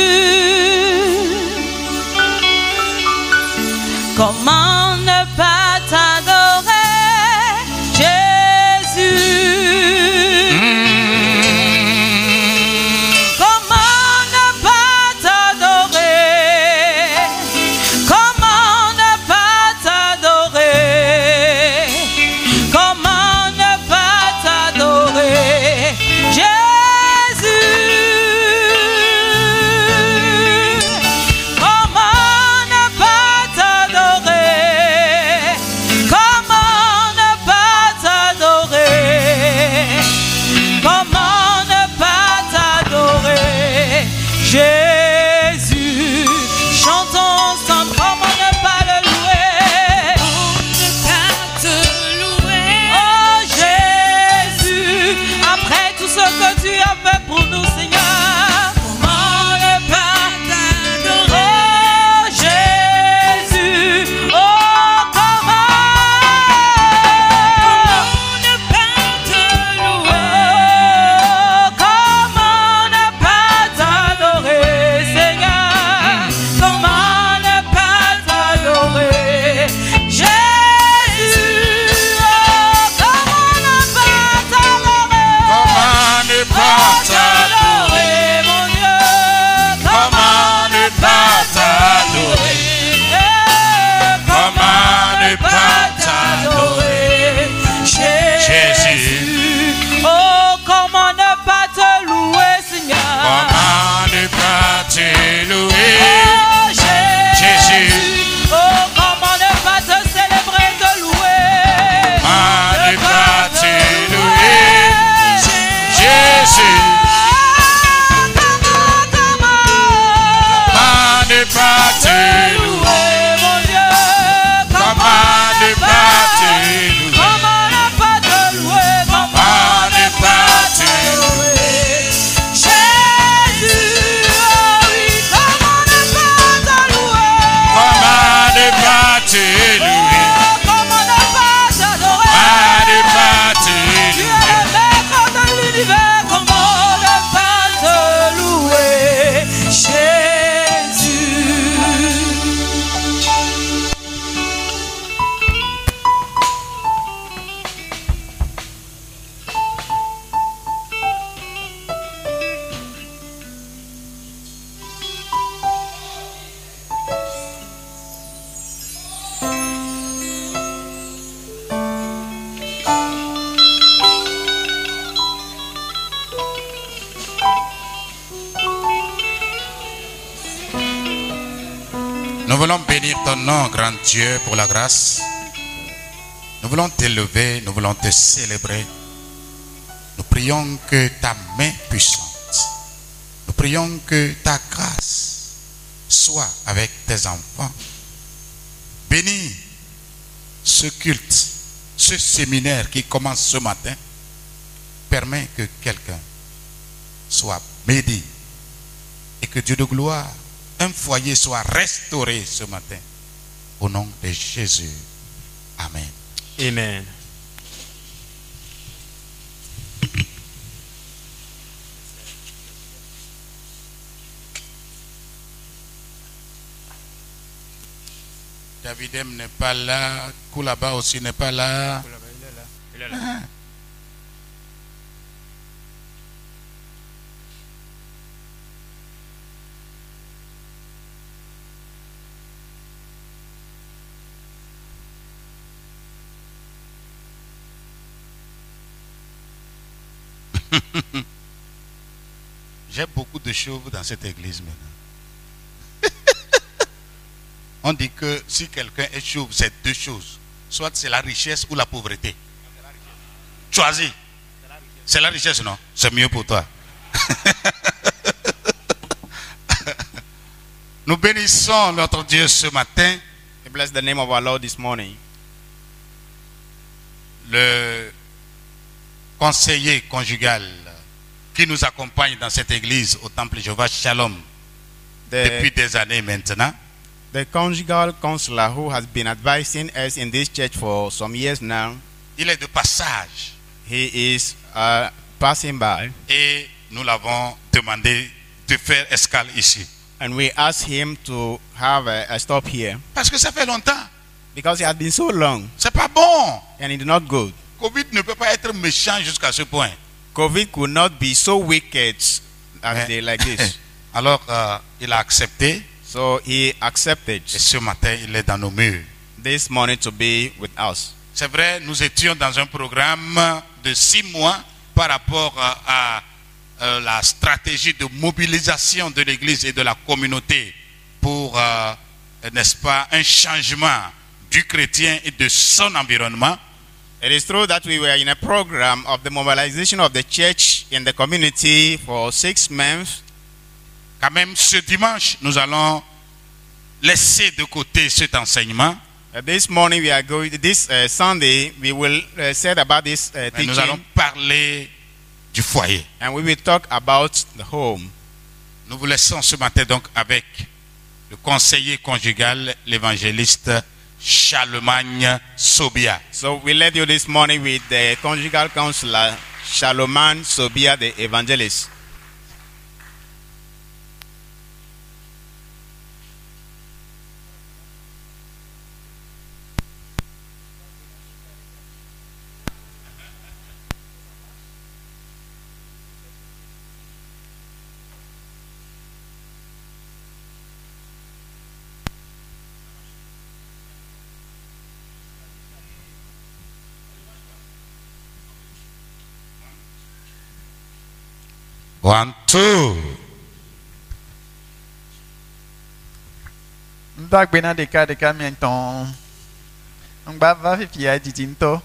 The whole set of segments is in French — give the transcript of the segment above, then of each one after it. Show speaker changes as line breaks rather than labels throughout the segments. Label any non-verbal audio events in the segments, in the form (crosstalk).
Jésus, comment ne pas t'adorer, Jésus, comment ne pas t'adorer, comment ne pas t'adorer, comment ne pas t'adorer, Jésus. Comment ne pas t'adorer Comment ne pas t'adorer Comment ne pas t'adorer Jésus, chantons ensemble, comment ne pas le louer Oh Jésus, après tout ce que tu as fait pour nous, Seigneur, comment ne pas Oh Jésus, oh comment Oh, comment ne pas t'adorer, Seigneur Comment ne pas t'adorer, Jésus Oh, comment ne pas t'adorer
Comment ne pas t'adorer
T'adorer, mon Dieu
Comment ne pas t'adorer
Eh, Comment ne pas t'adorer, Jésus Oh, comment ne pas te louer, Seigneur
Comment ne pas te louer
Oh Jésus,
Jésus.
oh comment ne pas te célébrer, te louer,
Comment ne pas te louer
Oh,
Jésus
comment, comment
Comment ne pas
te
te louer
louer, mon Dieu,
Comment ne pas te louer
comment ne pas te louer, comment
Comment ne pas te louer
louer, Jésus, oh oui, comment ne pas te louer,
Comment ne pas te
Oh, comment ne pas t'adorer
louer Comment ne pas te
Tu es
louer
le maître de l'univers, comment ne pas te louer, Jésus
Nous voulons bénir ton nom, grand Dieu, pour la grâce. Nous voulons t'élever, nous voulons te célébrer. Nous prions que ta main puissante, nous prions que ta grâce soit avec tes enfants. Bénis ce culte, ce séminaire qui commence ce matin. Permets que quelqu'un soit béni et que Dieu de gloire, un foyer soit restauré ce matin. Au nom de Jésus. Amen.
Amen.
Davidem n'est pas là, Koulaba aussi n'est pas là. J'ai beaucoup de choses dans cette église maintenant. On dit que si quelqu'un est chauve, c'est deux choses. Soit c'est la richesse ou la pauvreté. Choisis. C'est la richesse, non C'est mieux pour toi. (laughs) Nous bénissons notre Dieu ce matin.
We bless the name of our Lord this morning.
le conseiller conjugal qui nous accompagne dans cette église au temple Jéhovah Shalom depuis
The,
des années maintenant.
the conjugal counselor who has been advising us in this church for some years now,
Il est de passage
he is uh, passing by
et nous l'avons demandé de faire escale ici.
And we asked him to have a, a stop here
Parce que ça fait longtemps.
because it had been so long
C'est pas bon.
and it did not good.
Covid ne peut pas être méchant jusqu'à ce point.
COVID could not be so wicked as
Mais-
they like
(laughs)
this.
Alors, euh, il a accepté.
so he accepted
Et ce matin, il est dans nos murs.
this money to be with us.
C'est vrai, nous étions dans un programme de six mois par rapport euh, à euh, la stratégie de mobilisation de l'Église et de la communauté pour, euh, n'est-ce pas, un changement du chrétien et de son environnement.
It is true that we were in a program of the mobilization of the church in the community for six months.
Quand même, ce dimanche, nous allons laisser de côté cet enseignement
Uh, this morning we are going. This uh, Sunday we will uh, said about this uh,
et
teaching,
nous allons parler du foyer.
and we will talk about the home.
Nous vous laissons ce matin donc avec le conseiller conjugal, l'évangéliste Charlemagne Sobia.
So we led you this morning with the conjugal counselor Shaloman Sobia, the evangelist.
One, two.
Nta gbena deka deka miento. Ngba va fifi ya jiji nto.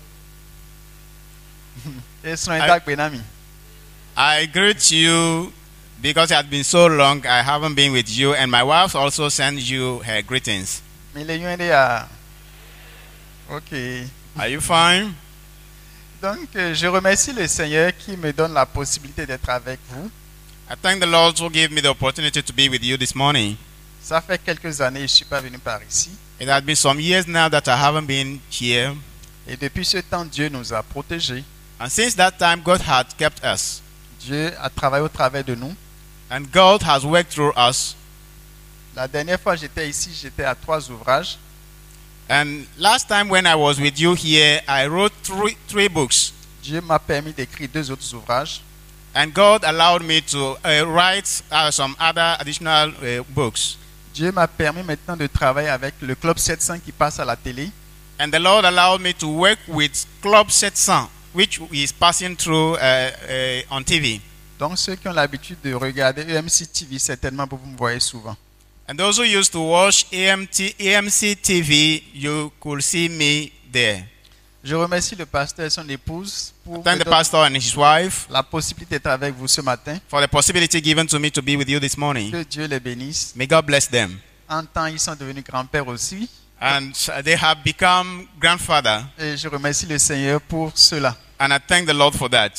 Eh, Eso no nta gbena mi.
I greet you because it has been so long. I haven't been with you, and my wife also sends you her greetings.
Mi le yun de ya. Ok.
Are you fine?
Donc euh, je remercie le Seigneur qui me donne la possibilité d'être avec vous.
I thank the Lord who gave me the opportunity to be with you this morning.
Ça fait quelques années je suis pas venu par ici.
It has been some years now that I haven't been here,
Et depuis ce temps, Dieu nous a protégés.
and since that time, God has kept us,
Dieu a travaillé au travers de nous.
and God has worked through us.
La dernière fois j'étais ici, j'étais à trois ouvrages.
And last time when I was with you here, I wrote three, three books,
Dieu m'a permis d'écrire deux autres ouvrages.
and God allowed me to uh, write uh, some other additional uh, books.
Dieu m'a permis maintenant de travailler avec le Club 700 qui passe à la télé.
And the Lord allowed me to work with Club 700, which is passing through uh, uh, on TV.
Donc ceux qui ont l'habitude de regarder EMC TV, certainement vous me voyez souvent.
And those who used to watch AMT, AMC TV, you could see me there.
Je remercie le pasteur et son épouse pour me
Thank the
donner
pastor and his wife
la possibilité d'être avec vous ce matin.
for the possibility given to me to be with you this morning.
Que Dieu les bénisse.
May God bless them.
En temps, ils sont devenus grands-pères aussi.
And they have become grandfather,
Et je remercie le Seigneur pour cela.
and I thank the Lord for that.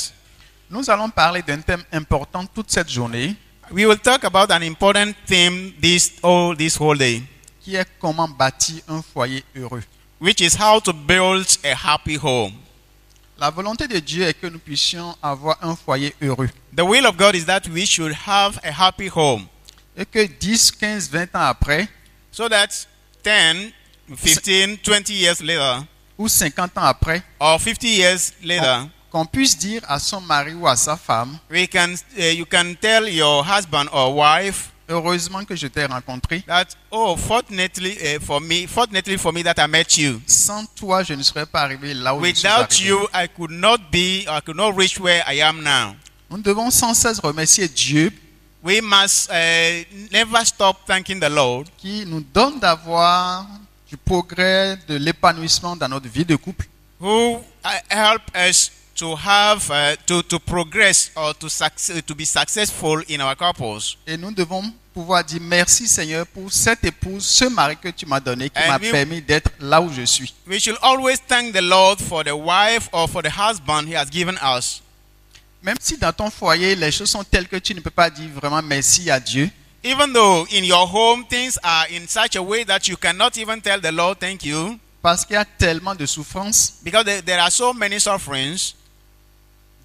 Nous allons parler d'un thème important toute cette journée,
We will talk about an important theme this all this whole day,
qui est comment bâtir un foyer heureux.
which is how to build a happy home.
La volonté de Dieu est que nous puissions avoir un foyer heureux.
The will of God is that we should have a happy home
Et que 10, 15, 20 ans après,
so that 10, 15, 20 years later,
ou 50 ans après,
or 50 years later,
qu'on puisse dire à son mari ou à sa femme,
we can, uh, you can tell your husband or wife
heureusement que je t'ai rencontré,
that, oh, fortunately uh, for me, fortunately for me that I met you.
sans toi je ne serais pas arrivé là où je
Without
suis arrivé.
you, I could not be, I could not reach where I am now.
Nous devons sans cesse remercier Dieu
We must uh, never stop thanking the Lord
qui nous donne d'avoir du progrès, de l'épanouissement dans notre vie de couple.
who uh, help us to have, uh, to, to progress or to, succe- to be successful in our couples.
Et nous devons pouvoir dire merci Seigneur pour cette épouse, ce mari que tu m'as donné, qui
And
m'a
we-
permis d'être là où je suis.
We should always thank the Lord for the wife or for the husband He has given us.
Même si dans ton foyer les choses sont telles que tu ne peux pas dire vraiment merci à Dieu,
Even though in your home things are in such a way that you cannot even tell the Lord thank you,
parce qu'il y a tellement de souffrances,
because there, there are so many sufferings,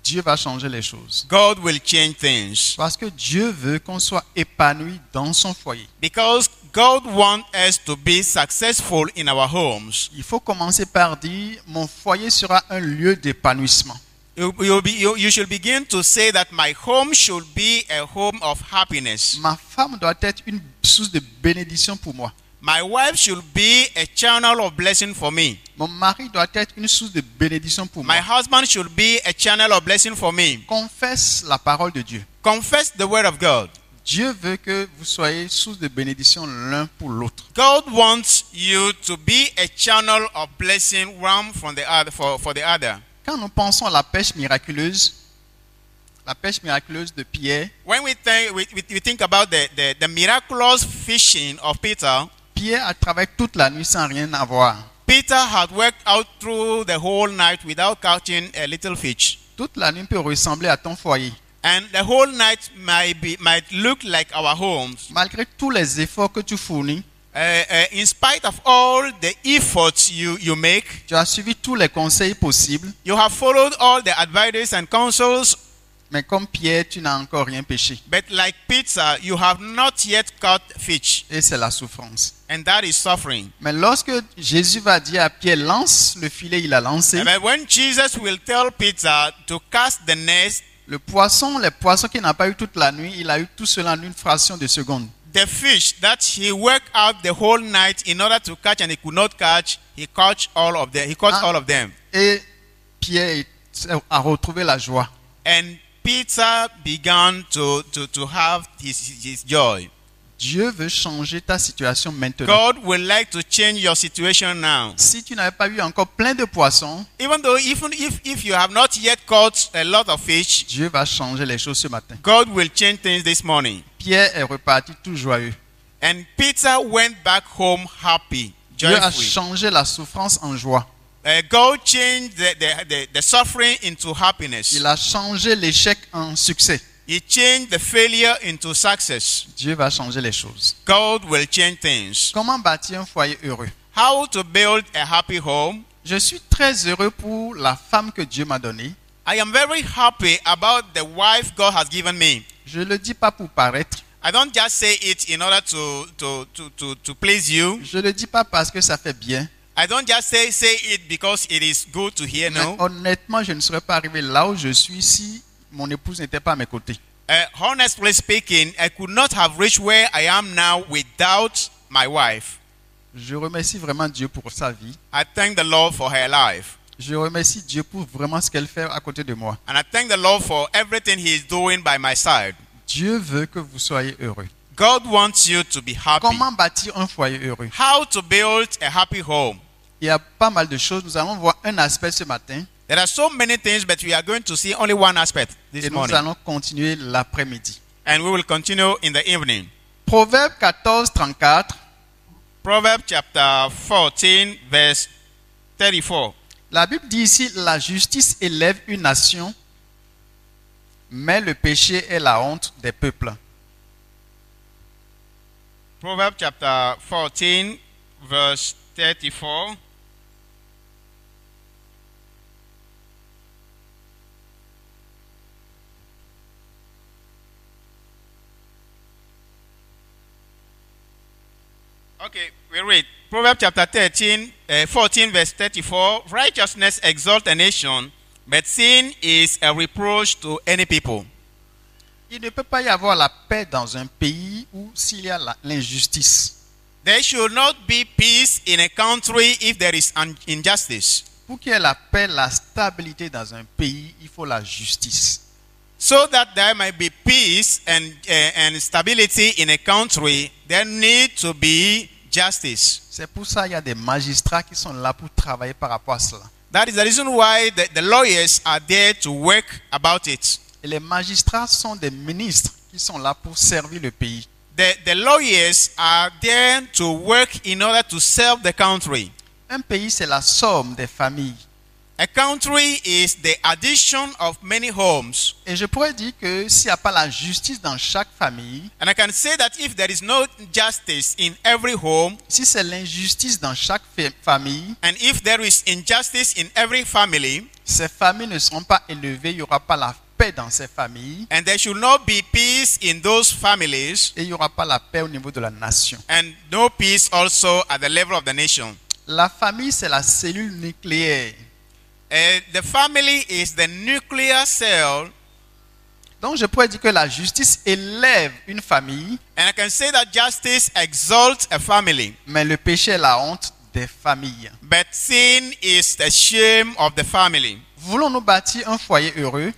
Dieu va changer les choses.
God will change things
Parce que Dieu veut qu'on soit épanoui dans son foyer.
because God wants us to be successful in our homes.
Il faut commencer par dire, mon foyer sera un lieu d'épanouissement.
You, you'll be, you, you should begin to say that my home should be a home of happiness.
Ma femme doit être une source de bénédiction pour moi.
My wife should be a channel of blessing for me.
Mon mari doit être une source de bénédiction pour
My
moi.
husband should be a channel of blessing for me.
Confesse la parole de Dieu.
Confess the word of God.
Dieu veut que vous soyez source de bénédiction l'un pour l'autre.
God wants you to be a channel of blessing one from the other for, for the other.
Quand nous pensons à la pêche miraculeuse, la pêche miraculeuse de Pierre,
When we think we, we, we think about the, the, the miraculous fishing of Peter,
Pierre a travaillé toute la nuit sans rien avoir.
Peter had worked out through the whole night without catching a little fish.
Toute la nuit peut ressembler à ton foyer.
And the whole night might be might look like our homes.
Malgré tous les efforts que tu fournis,
Uh, uh, in spite of all the efforts you, you make,
tu as suivi tous les conseils possibles,
you have followed all the advices and counsels,
mais comme Pierre, tu n'as encore rien pêché.
but like Peter, you have not yet caught fish,
Et c'est la souffrance.
and that is suffering.
Mais lorsque Jésus va dire à Pierre, lance le filet, il a lancé.
But when Jesus will tell Peter to cast the net,
Le poisson, les poissons qu'il n'a pas eu toute la nuit, il a eu tout cela en une fraction de seconde.
the fish that he worked out the whole night in order to catch and he could not catch, he caught all of them. He caught
Ah.
all of them.
Et Pierre est- a retrouvé la joie.
And Peter began to, to, to have his, his joy.
Dieu veut changer ta situation maintenant.
God would like to change your situation now.
Si tu n'avais pas eu encore plein de poissons,
Even though, even if, if you have not yet caught a lot of fish,
Dieu va changer les choses ce matin.
God will change things this morning.
Pierre est reparti tout joyeux.
And Peter went back home happy,
Dieu a
joyfully.
changé la souffrance en joie.
Uh, God changed the, the, the, the suffering into happiness.
Il a changé l'échec en succès.
He changed the failure into success.
Dieu va changer les choses.
God will change things.
Comment bâtir un foyer heureux
How to build a happy home?
Je suis très heureux pour la femme que Dieu m'a donnée.
I am very happy about the wife God has given me.
Je ne le dis pas pour paraître.
I don't just say it in order to, to, to, to, to please you.
Je ne le dis pas parce que ça fait bien.
I don't just say, say it because it is good to hear,
Mais
no.
honnêtement, je ne serais pas arrivé là où je suis si mon épouse n'était pas à mes côtés.
Uh, honestly speaking, I could not have reached where I am now without my wife.
Je remercie vraiment Dieu pour sa vie.
I thank the Lord for her life.
Je remercie Dieu pour vraiment ce qu'elle fait à côté de moi.
And I thank the Lord for everything He is doing by my side.
Dieu veut que vous soyez heureux.
God wants you to be happy.
Comment bâtir un foyer heureux
How to build a happy home.
Il y a pas mal de choses. Nous allons voir un aspect ce matin
There are so many things, but we are going to see only one aspect
et
this
nous
morning.
allons continuer l'après-midi.
And we will continue in the evening.
Proverbe 14, 34.
Proverbs chapter 14, verse 34.
La Bible dit ici, la justice élève une nation, mais le péché est la honte des peuples.
Proverbs chapter 14, verse 34. Okay, we read Proverbs chapter 13, uh, 14, verse 34. Righteousness exalts a nation, but sin is a reproach to any people.
Il ne peut pas y avoir la paix dans un pays où s'il y a la- l'injustice.
There should not be peace in a country if there is un- injustice.
Pour qu'il y ait la paix, la stabilité dans un pays, il faut la justice.
So that there might be peace and, eh, and stability in a country, there need to be justice.
C'est pour ça qu'il y a des magistrats qui sont là pour travailler par rapport à cela.
That is the reason why the, the lawyers are there to work about it.
Et les magistrats sont des ministres qui sont là pour servir le pays.
The, the lawyers are there to work in order to serve the country.
Un pays, c'est la somme des familles.
A country is the addition of many homes.
Et je pourrais dire que s'il n'y a pas la justice dans chaque famille,
And I can say that if there is no justice in every home,
si c'est l'injustice dans chaque fa- famille,
And if there is injustice in every family,
Ces familles ne seront pas élevées, il n'y aura pas la paix dans ces familles
And there should not be peace in those families,
et il n'y aura pas la paix au niveau de la nation.
and no peace also at the level of the nation.
La famille, c'est la cellule nucléaire.
Eh, the family is the nuclear cell,
Donc je pourrais dire que la justice élève une famille,
and I can say that justice exalts a family,
mais le péché est la honte des familles.
but sin is the shame of the family.
Voulons-nous bâtir un foyer heureux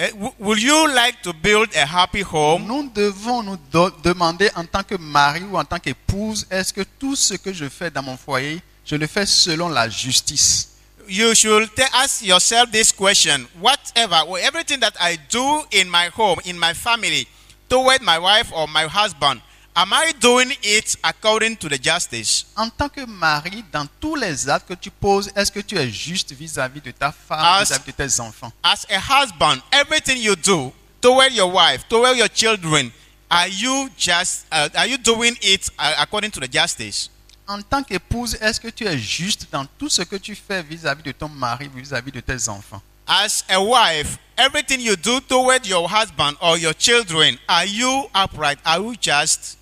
Eh, w- would you like to build a happy home?
Nous devons nous do- demander en tant que mari ou en tant qu'épouse, est-ce que tout ce que je fais dans mon foyer, je le fais selon la justice
You should te- ask yourself this question whatever, or everything that I do in my home, in my family, toward my wife or my husband, am I doing it according to the justice?
En tant que mari, dans tous les actes que tu poses, est-ce que tu es juste vis-à-vis de ta
Ah,
femme, vis-à-vis de tes enfants
As a husband, everything you do toward your wife, toward your children, are you just uh, are you doing it uh, according to the justice?
En tant qu'épouse, est-ce que tu es juste dans tout ce que tu fais vis-à-vis de ton mari, vis-à-vis de tes enfants
As a wife, everything you do toward your husband or your children, are you upright? Are you just?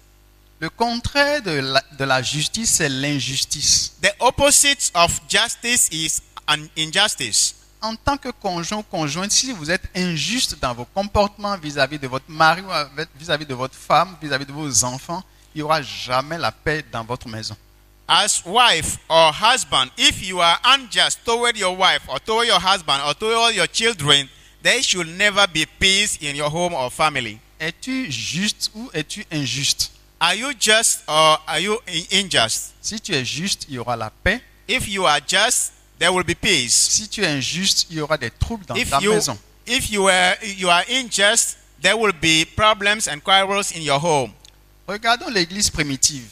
Le contraire de la, de la justice, c'est l'injustice.
The opposite of justice is an injustice.
En tant que conjoint ou conjointe, si vous êtes injuste dans vos comportements vis-à-vis de votre mari ou avec- vis-à-vis de votre femme, vis-à-vis de vos enfants, il n'y aura jamais la paix dans votre maison.
As wife or husband, if you are unjust toward your wife or toward your husband or toward your children, there should never be peace in your home or family.
Es-tu juste ou es-tu injuste
Are you just or are you in- unjust?
Si tu es juste, il y aura la paix.
If you are just, there will be peace.
Si tu es injuste, il y aura des troubles dans
If
ta
you
maison.
if you are you are unjust, there will be problems and quarrels in your home.
Regardons l'église primitive.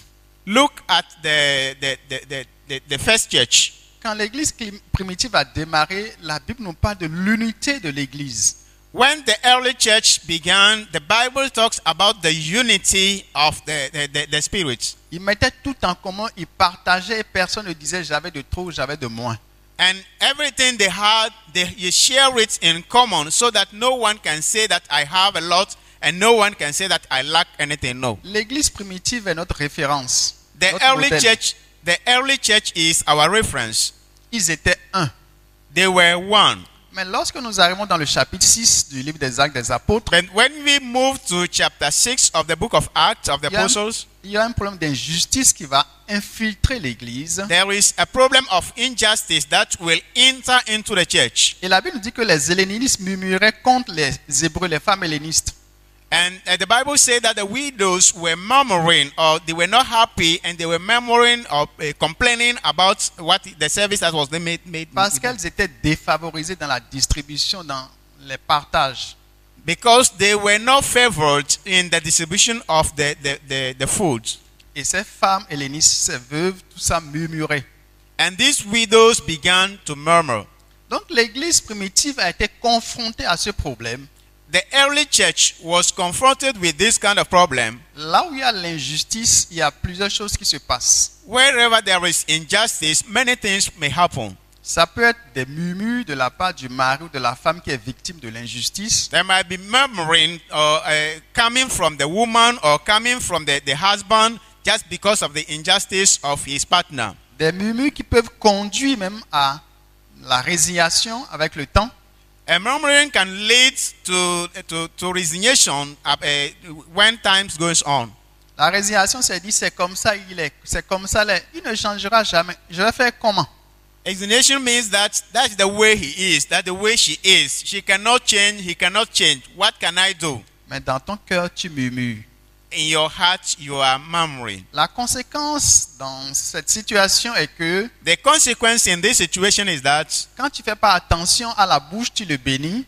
Look at the the the, the, the, the first church.
Quand l'église clim- primitive a démarré, la Bible nous parle de l'unité de l'église.
When the early church began, the Bible talks about the unity of the, the, the, the Spirit.
Ils mettaient tout en commun, ils partageaient et personne ne disait j'avais de trop, j'avais de moins.
And everything they had, they you share it in common so that no one can say that I have a lot and no one can say that I lack anything. No.
L'église primitive est notre référence.
The
notre
early
modèle.
church, the early church is our reference.
Ils étaient un.
They were one.
Mais lorsque nous arrivons dans le chapitre 6 du livre des Actes des Apôtres,
But when we move to chapter 6 of the book of Acts of the
Yeah.
Apostles,
il y a un problème d'injustice qui va infiltrer l'église.
there is a problem of injustice that will enter into the church.
Et la Bible dit que les hellénistes murmuraient contre les Hébreux, les femmes hellénistes.
And uh, the Bible said that the widows were murmuring or they were not happy and they were murmuring or uh, complaining about what the service that was made. made
Parce qu'elles étaient défavorisées dans la distribution, dans les partages.
because they were not favored in the distribution of the, the, the, the food.
Et ces femmes hellénistes, ces veuves, tout ça murmurait.
And these widows began to murmur.
Donc l'église primitive a été confrontée à ce problème.
The early church was confronted with this kind of problem.
Là où il y a l'injustice, il y a plusieurs choses qui se passent.
Wherever there is injustice, many things may happen.
Ça peut être des murmures de la part du mari ou de la femme qui est victime de l'injustice.
There might be murmuring or uh, coming from the woman or coming from the, the husband just because of the injustice of his partner.
Des murmures qui peuvent conduire même à la résignation avec le temps.
A murmuring can lead to, uh, to, to resignation uh, uh, when time goes on.
La résignation, c'est dit, c'est comme ça il est, c'est comme ça il est. Il ne changera jamais. Je vais faire comment
Resignation means that that's the way he is, that's the way she is. She cannot change, he cannot change. What can I do?
Mais dans ton cœur, tu murmures.
In your heart, you are murmuring.
La conséquence dans cette situation est que
The consequence in this situation is that
quand tu fais pas attention à la bouche, tu le bénis,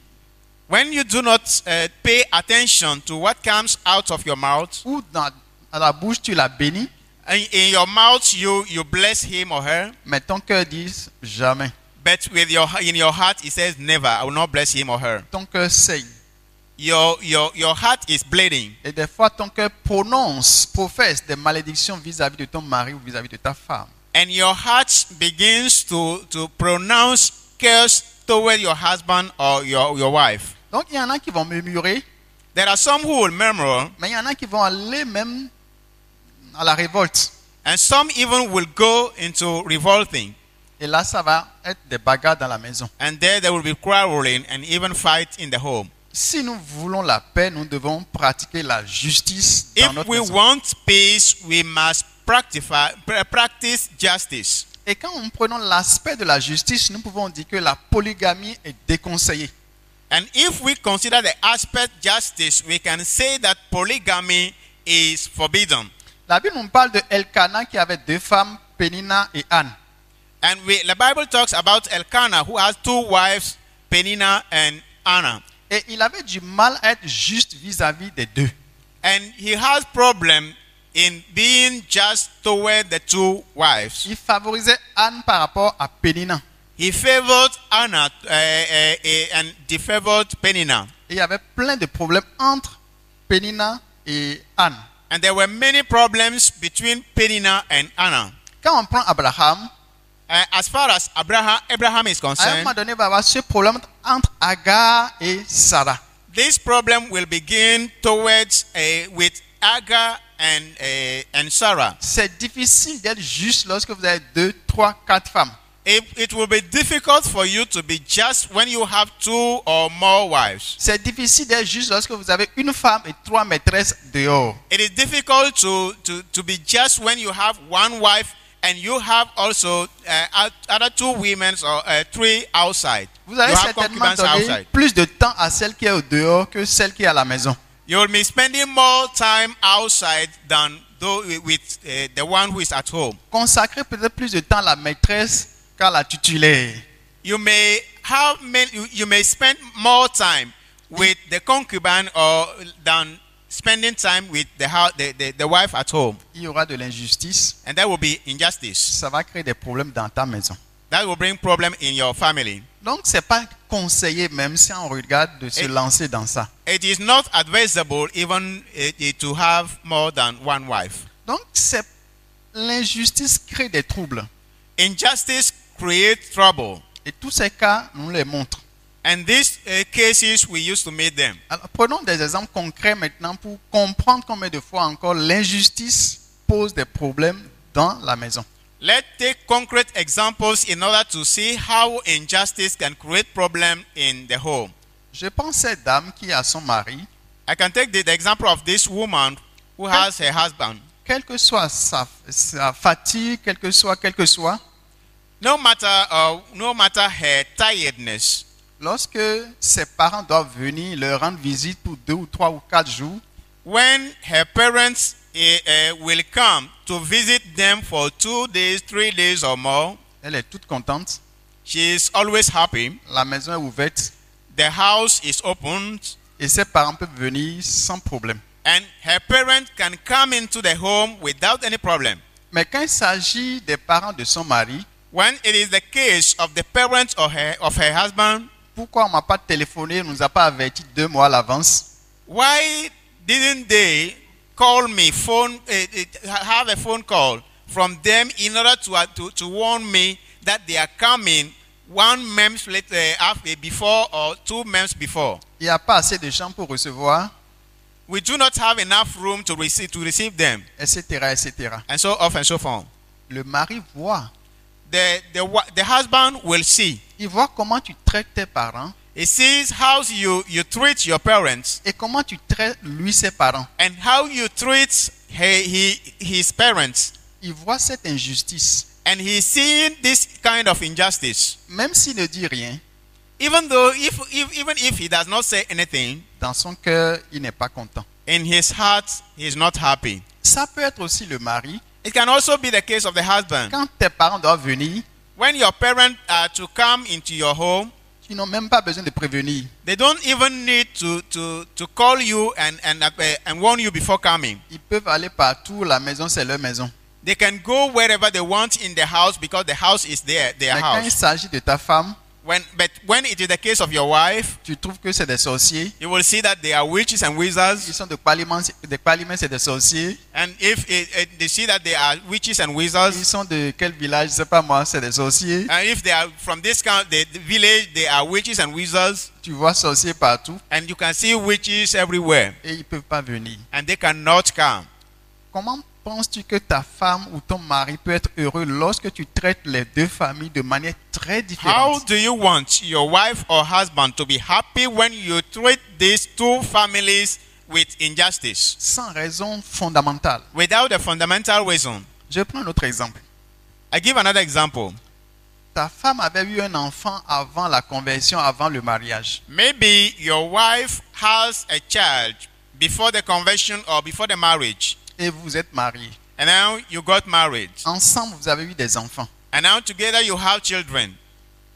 when you do not uh, pay attention to what comes out of your mouth,
ou dans, à la bouche, tu la bénis,
in, in your mouth you, you bless him or her,
mais ton cœur dit jamais.
but with your in your heart it says never. I will not bless him or her.
Ton cœur saigne.
Your your your heart is bleeding,
Et des fois, ton cœur prononce, professe des malédictions vis-à-vis de ton mari ou vis-à-vis de ta femme.
and your heart begins to to pronounce curse toward your husband or your, your wife.
Donc il y en a qui vont murmurer,
There are some who will murmur,
mais il y en a qui vont aller même à la révolte.
and some even will go into revolting.
Et là, ça va être des bagarres dans la maison.
And there there will be quarreling and even fight in the home.
Si nous voulons la paix, nous devons pratiquer la justice dans
If
notre
we
maison.
want peace, we must practice, practice justice.
Et quand nous prenons l'aspect de la justice, nous pouvons dire que la polygamie est déconseillée.
And if we consider the aspect justice, we can say that polygamy is forbidden.
La Bible nous parle de Elkanah qui avait deux femmes, Pénina et Anne.
And we, the Bible talks about Elkanah who has two wives, Penina and Anna.
Et il avait du mal à être juste vis-à-vis des deux.
And he has problem in being just toward the two wives.
Il favorisait Anne par rapport à Pénina.
He favored Anna uh, uh, uh, and defavored Penina.
Et il y avait plein de problèmes entre Pénina et Anne.
And there were many problems between Penina and Anna.
Quand on prend Abraham,
Uh, as far as Abraham, Abraham is
à un
concerned,
moment donné, il va y avoir ce problème entre Agar et Sarah.
this problem will begin towards uh, with Agar and uh, and Sarah.
C'est difficile d'être juste lorsque vous avez deux, trois, quatre femmes.
It, it will be difficult for you to be just when you have two or more wives.
C'est difficile d'être juste lorsque vous avez une femme et trois maîtresses dehors.
It is difficult to, to, to be just when you have one wife and you have also uh, oth- other two women or uh, three outside.
Vous allez
you have
certainement
concubines
donner
outside.
plus de temps à celle qui est au dehors que celle qui est à la maison.
You will be spending more time outside than though with uh, the one who is at home.
Consacrer peut-être plus de temps à la maîtresse qu'à la tutulaire.
You may have many, you, you may spend more time with the concubine or than spending time with the, hou- the, the, the wife at home.
Il y aura de l'injustice.
And that will be injustice.
Ça va créer des problèmes dans ta maison.
That will bring problem in your family.
Donc, c'est pas conseillé, même si on regarde, de se
Et-
lancer dans ça.
It is not advisable even eh, eh, to have more than one wife.
Donc, c'est l'injustice crée des troubles.
Injustice creates trouble.
Et tous ces cas nous les montrent.
And these eh, cases we used to meet them.
Alors, prenons des exemples concrets maintenant pour comprendre combien de fois encore l'injustice pose des problèmes dans la maison.
Let's take concrete examples in order to see how injustice can create problem in the home.
Je pense à cette dame qui a son mari,
I can take the, the example of this woman who has her husband.
quelle que soit sa, sa fatigue, quelle que soit, quelle que soit,
No matter uh, no matter her tiredness,
lorsque ses parents doivent venir leur rendre visite pour deux ou trois ou quatre jours,
when her parents eh, eh, will come to visit them for two days, three days or more,
elle est toute contente.
she is always happy.
La maison est ouverte
The house is opened,
et ses parents peuvent venir sans problème.
and her parent can come into the home without any problem.
Mais quand il s'agit des parents de son mari,
When it is the case of the parents or her of her husband,
pourquoi on m'a pas téléphoné, on nous a pas averti deux mois à l'avance
why didn't they call me phone eh, eh, have a phone call from them in order to, uh, to, to warn me that they are coming one month later after, eh, before or two months before
Il n'y a pas assez de gens pour recevoir,
we do not have enough room to receive to receive them
etc., etc.
and so off and so forth
Le mari voit,
the, the, wa- the husband will see
il voit comment tu traites tes parents
he sees how you, you treat your parents
et comment tu traites lui ses parents.
and how you treat he, he, his parents
Il voit cette injustice,
and he's seeing this kind of injustice
même s'il ne dit rien.
Even though, if, if, even if he does not say anything,
Dans son cœur, il n'est pas content.
in his heart, he is not happy.
Ça peut être aussi le mari.
It can also be the case of the husband.
Quand tes parents doivent venir,
When your parents are to come into your home,
tu n'as même pas besoin de prévenir.
they don't even need to, to, to call you and, and, uh, and warn you before coming.
Ils peuvent aller partout, la maison c'est leur maison.
They can go wherever they want in the house because the house is their, their
Mais quand il
house.
s'agit de ta femme,
When, but when it is the case of your wife,
Tu trouves que c'est des sorciers.
you will see that they are witches and
Ils
wizards.
sont de Qualimens, de Qualimens et des sorciers.
And if it, it- they see that they are witches and
Ils
wizards,
sont de quel village Je sais pas moi, c'est des sorciers.
and if they are from this count, the, the village, they are witches and wizards,
Tu vois sorciers partout
and you can see witches everywhere,
et ils peuvent pas venir.
and they cannot come.
Comment penses-tu que ta femme ou ton mari peut être heureux lorsque tu traites les deux familles de manière très
How
différente
do you want your wife or husband to be happy when you treat these two families with injustice?
sans raison fondamentale
Without a fundamental reason.
Je prends un autre exemple.
I give another example.
Ta femme avait eu un enfant avant la conversion, avant le mariage.
Maybe your wife has a child before the conversion or before the marriage,
Et vous êtes mariés.
and now you got married,
Ensemble, vous avez eu des enfants.
and now together you have children.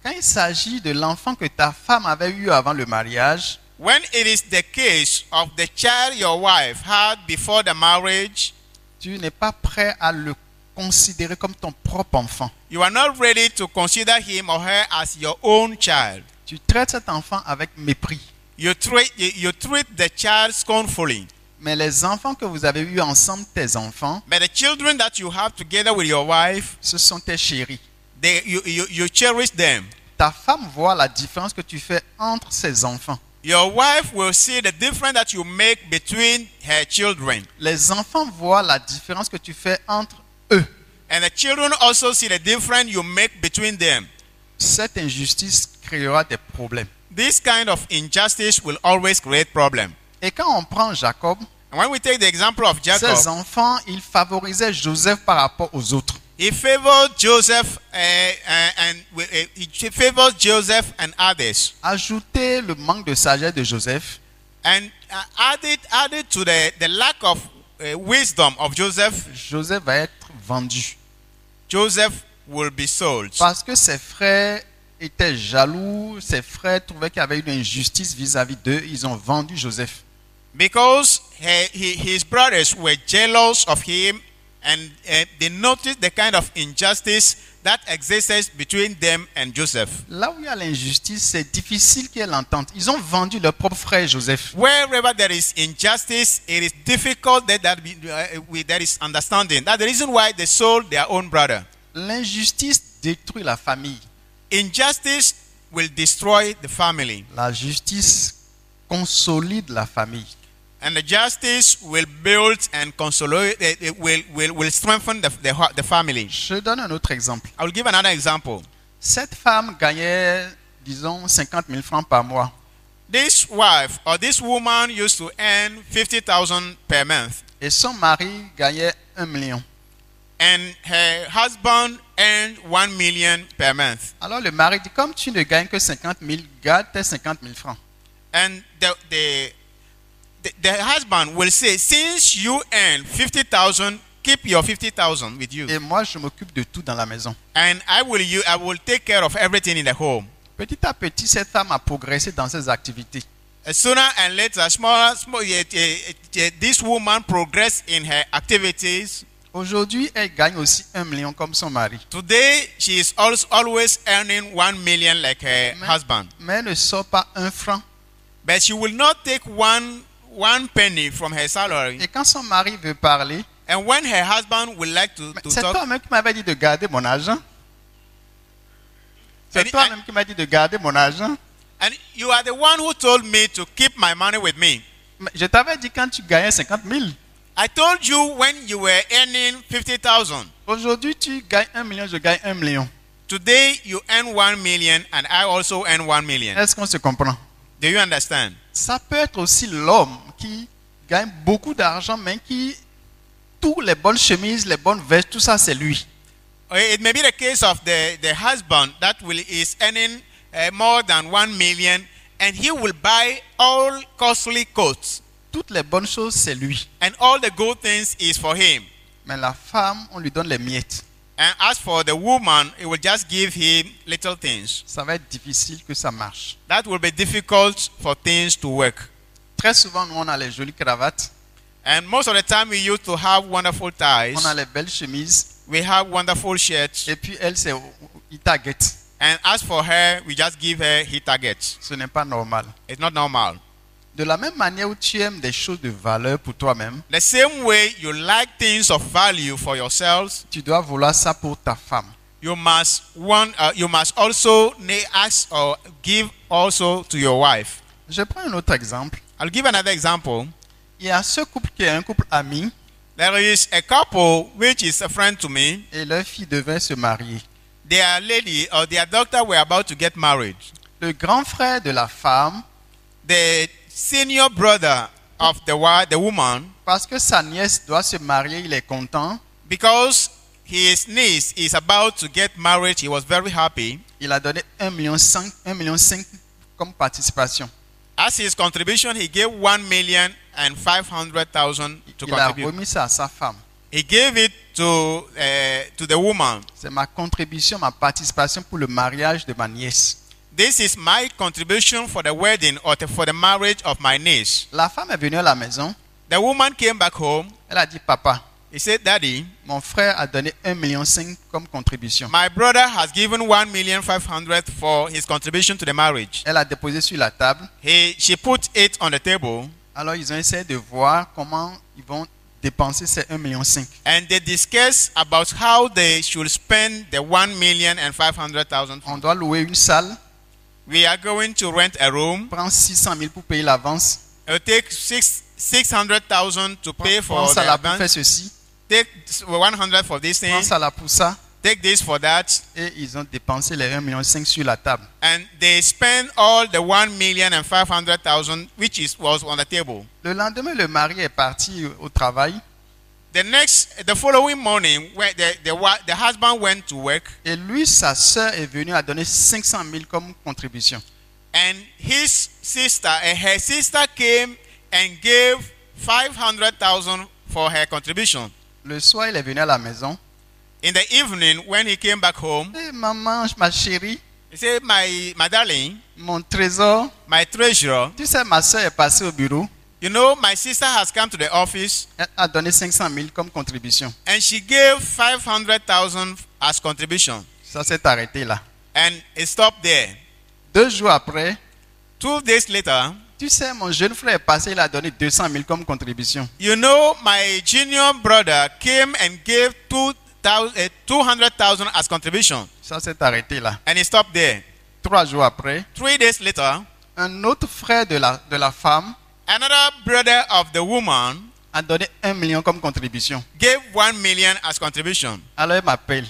Quand il s'agit de l'enfant que ta femme avait eu avant le mariage,
When it is the case of the child your wife had before the marriage,
tu n'es pas prêt à le considérer comme ton propre enfant.
you are not ready to consider him or her as your own child.
Tu traites cet enfant avec mépris.
You treat, you, you treat the child scornfully.
Mais les enfants que vous avez eus ensemble, tes enfants,
But the children that you have together with your wife,
ce sont tes chéris.
they, you, you, you cherish them.
Ta femme voit la différence que tu fais entre ses enfants.
Your wife will see the difference that you make between her children.
Les enfants voient la différence que tu fais entre eux.
And the children also see the difference you make between them.
Cette injustice créera des problèmes.
This kind of injustice will always create problem.
Et quand on prend Jacob,
And when we take the example of
ses
Jacob,
enfants, ils favorisaient Joseph par rapport aux autres.
he favored Joseph uh, uh, and uh, he favored Joseph and others,
Ajoutez le manque de sagesse de Joseph,
and uh, added added to the, the lack of uh, wisdom of Joseph,
Joseph va être vendu.
Joseph will be sold
Parce que ses frères étaient jaloux, ses frères trouvaient qu'il y avait une injustice vis-à-vis d'eux, ils ont vendu Joseph.
because he, he- his brothers were jealous of him, and uh, they noticed the kind of injustice that existed between them and Joseph.
Là où il y a l'injustice, c'est difficile qu'il y ait l'entente. Ils ont vendu leur propre frère Joseph.
Wherever there is injustice, it is difficult that, that be, uh, we, there is understanding. That's the reason why they sold their own brother.
L'injustice détruit la famille.
Injustice will destroy the family,
La justice consolide la famille.
and the justice will build and consolidate. It will, will, will strengthen the, the, ho- the family.
Je donne un autre exemple.
I will give another example.
Cette femme gagnait, disons, 50 000 francs par mois.
This wife or this woman used to earn 50,000 per month,
Et son mari gagnait 1 million.
and her husband earned 1 million per month.
Alors le mari dit, comme tu ne gagnes que 50 000, garde tes 50 000 francs.
And the, the, the, the husband will say, Since you earn 50,000, keep your 50,000 with you.
Et moi, je m'occupe de tout dans la maison.
And I will, you, I will take care of everything in the home.
Petit à petit, cette femme a progressé dans ses activités.
Uh, Sooner and later, smaller, small, eh, eh, eh, this woman progressed in her activities.
Aujourd'hui, elle gagne aussi 1 million comme son mari.
Today, she is also always earning 1 million like her
Amen.
husband.
Mais elle ne sort pas un franc.
But she will not take one one penny from her salary.
Et quand son mari veut parler,
And when her husband would like to,
Mais
to
C'est
talk,
toi-même qui m'avais dit de garder mon argent. C'est
Allez,
toi-même qui m'as dit de garder mon argent.
and you are the one who told me to keep my money with me.
Mais Je t'avais dit quand tu gagnais 50 000.
I told you when you were earning fifty thousand.
Aujourd'hui, tu gagnes 1 million, je gagne 1 million.
Today you earn one million, and I also earn one million.
Est-ce qu'on se comprend
Do you understand?
Ça peut être aussi l'homme qui gagne beaucoup d'argent, mais qui... Toutes les bonnes chemises, les bonnes vestes, tout ça, c'est lui.
Or Eh, It may be the case of the, the husband that will is earning uh, more than one million, and he will buy all costly coats,
Toutes les bonnes choses, c'est lui.
and all the good things is for him.
Mais la femme, on lui donne les miettes.
And as for the woman, it will just give him little things.
Ça va être difficile que ça marche.
That will be difficult for things to work.
Très souvent, nous, on a les jolies cravates,
And most of the time, we used to have wonderful ties.
on a les belles chemises,
We have wonderful shirts.
Et puis elle, c'est il target.
And as for her, we just give her hit targets.
Ce n'est pas normal.
It's not normal.
De la même manière où tu aimes des choses de valeur pour toi-même,
The same way you like things of value for yourselves,
tu dois vouloir ça pour ta femme.
you must want. Uh, you must also na- ask or give also to your wife.
Je prends un autre exemple.
I'll give another example.
Il y a ce couple qui est un couple ami
There is a couple which is a friend to me.
et leur fille devait se marier.
Their lady or their doctor were about to get married.
Le grand frère de la femme,
The senior brother of the wife, the woman,
parce que sa nièce doit se marier, il est content.
because his niece is about to get married, he was very happy.
Il a donné 1,5 million, 1,5 million comme participation.
As his contribution, he gave one million and five hundred thousand to
Il a
contribute.
remis ça à sa femme.
He gave it to uh, to the woman.
C'est ma contribution, ma participation pour le mariage de ma nièce.
This is my contribution for the wedding or the- for the marriage of my niece.
La femme est venue à la maison.
The woman came back home.
Elle a dit, papa,
He said, "Daddy,
mon frère a donné 1,5 million comme contribution.
my brother has given one million five hundred for his contribution to the marriage."
Elle a déposé sur la table.
He she put it on the table,
Alors ils ont essayé de voir comment ils vont dépenser ces 1,5 million.
and they discussed about how they should spend the one million and five hundred thousand.
On doit louer une salle,
We are going to rent a room.
prendre 600 000 pour payer l'avance,
It will take six six hundred thousand to pay for
prendre ça
the
là pour faire
advance.
ceci,
Take one hundred for this thing.
prendre ça là pour ça.
Take this for that,
Et ils ont dépensé les 1,5 million sur la table.
and they spend all the one million and five hundred thousand, which is was on the table.
Le lendemain, le mari est parti au travail
The next, the following morning, where the the, wa- the husband went to work,
et lui, sa sœur est venue à donner 500 000 comme contribution.
and his sister, and her sister came and gave five hundred thousand for her contribution.
Le soir, il est venu à la maison.
In the evening, when he came back home,
Eh, maman, ma chérie,
he said, "My my darling,
mon trésor,
my treasurer."
tu sais, ma sœur est passée au bureau.
You know, my sister has come to the office
Elle a donné 500 000 comme contribution.
and she gave 500,000 as contribution.
Ça s'est arrêté là.
And it stopped there.
Deux jours après,
Two days later,
tu sais, mon jeune frère est passé, il a donné 200 000 comme contribution.
you know, my junior brother came and gave 2,000, eh, 200,000 as contribution.
Ça s'est arrêté là.
And it stopped there.
Trois jours après,
Three days later,
un autre frère de la, de la femme
another brother of the woman
a donné 1 million comme contribution.
gave 1 million as contribution.
Alors il m'appelle.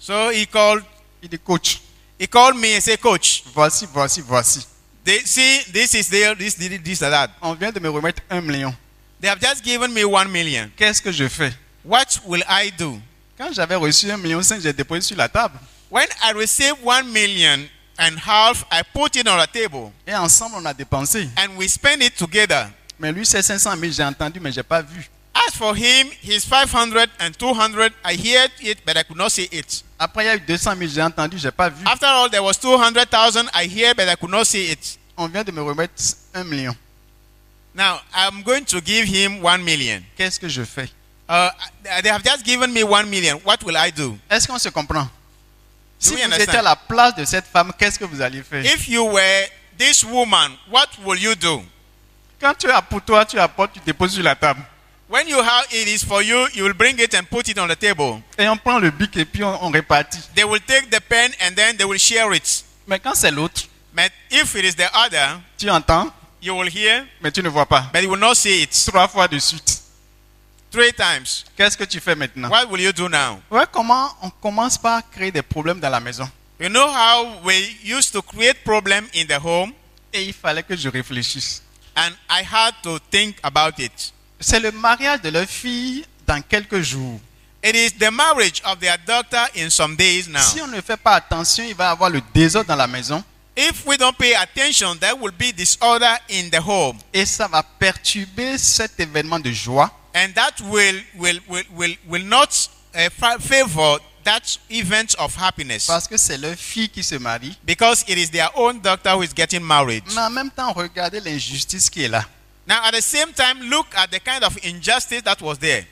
So he called,
Il dit, coach,
he called me and said, Coach,
voici, voici, voici.
they, see, this is there, this, this, this, and that.
On vient de me remettre 1 million.
They have just given me 1 million.
Qu'est-ce que je fais
What will I do?
Quand j'avais reçu 1 million, j'ai déposé sur la table.
When I received one million and half, I put it on the table
Et ensemble, on a dépensé.
and we spend it together.
Mais lui, c'est 500 000, j'ai entendu, mais j'ai pas vu.
As for him, his 500 and 200, I heard it, but I could not see it.
Après, il y a eu 200 000, j'ai entendu, j'ai pas vu.
After all, there was 200,000 I hear, but I could not see it.
On vient de me remettre 1 million.
Now, I'm going to give him one million.
Qu'est-ce que je fais
Uh, they have just given me one million. What will I do?
Est-ce qu'on se comprend Si
we
vous
understand?
étiez à la place de cette femme, qu'est-ce que vous alliez faire
If you were this woman, what will you do?
Quand tu as pour toi, tu apportes, tu déposes sur la table.
When you have it is for you, you will bring it and put it on the table.
Et on prend le bic et puis on, on répartit.
They will take the pen and then they will share it.
Mais quand c'est l'autre,
But if it is the other,
tu entends,
you will hear,
mais tu ne vois pas.
but you will not see it
Trois fois de suite.
three times.
Qu'est-ce que tu fais maintenant
What will you do now?
Ouais, comment on commence par créer des problèmes dans la maison
You know how we used to create problem in the home,
Et il fallait que je réfléchisse.
and I had to think about it.
C'est le mariage de leur fille dans quelques jours.
It is the marriage of their daughter in some days now.
Si on ne fait pas attention, il va y avoir le désordre dans la maison
If we don't pay attention, there will be disorder in the home,
et ça va perturber cet événement de joie
and that will will will will, will not uh, fa- favor that event of happiness
parce que c'est leur fille qui se marie.
because it is their own daughter who is getting married.
Mais en même temps, regardez l'injustice qui est là.
Now, at the same time, look at the kind of injustice that was there.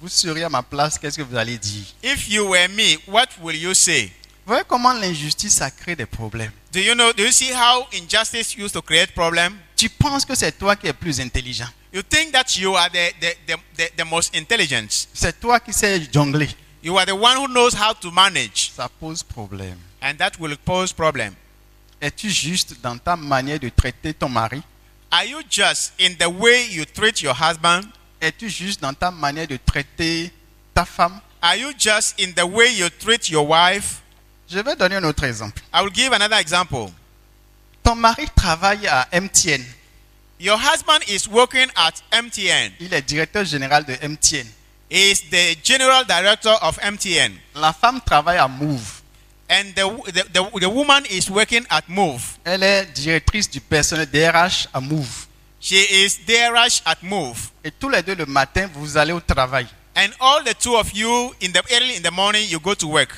Vous seriez à ma place, qu'est-ce que vous allez dire
If you were me, what will you say?
voyez comment l'injustice, ça crée des problèmes.
Do you know? Do you see how injustice used to create problem?
Tu penses que c'est toi qui es plus intelligent.
You think that you are the, the, the, the, the most intelligent.
C'est toi qui sais jongler.
You are the one who knows how to manage,
Ça pose problème.
and that will pose problem.
Es-tu juste dans ta manière de traiter ton mari
Are you just in the way you treat your husband?
Es-tu juste dans ta manière de traiter ta femme
Are you just in the way you treat your wife?
Je vais donner un autre exemple.
I will give another example.
Ton mari travaille à MTN.
Your husband is working at MTN.
Il est directeur général de MTN.
He is the general director of MTN,
La femme travaille à Move.
and the the, the, the woman is working at Move.
Elle est directrice du personnel DRH à Move.
She is DRH at Move,
Et tous les deux le matin, vous allez au travail.
and all the two of you in the early in the morning you go to work,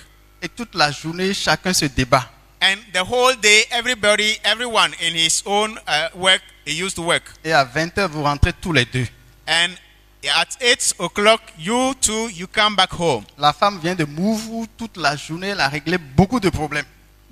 Et toute la journée, chacun se débat.
and the whole day everybody everyone in his own uh, work he used to work,
Et à 20h, vous rentrez tous les deux.
and at eight o'clock you two you come back home.
La femme vient de Move où toute la journée, elle a réglé beaucoup de problèmes.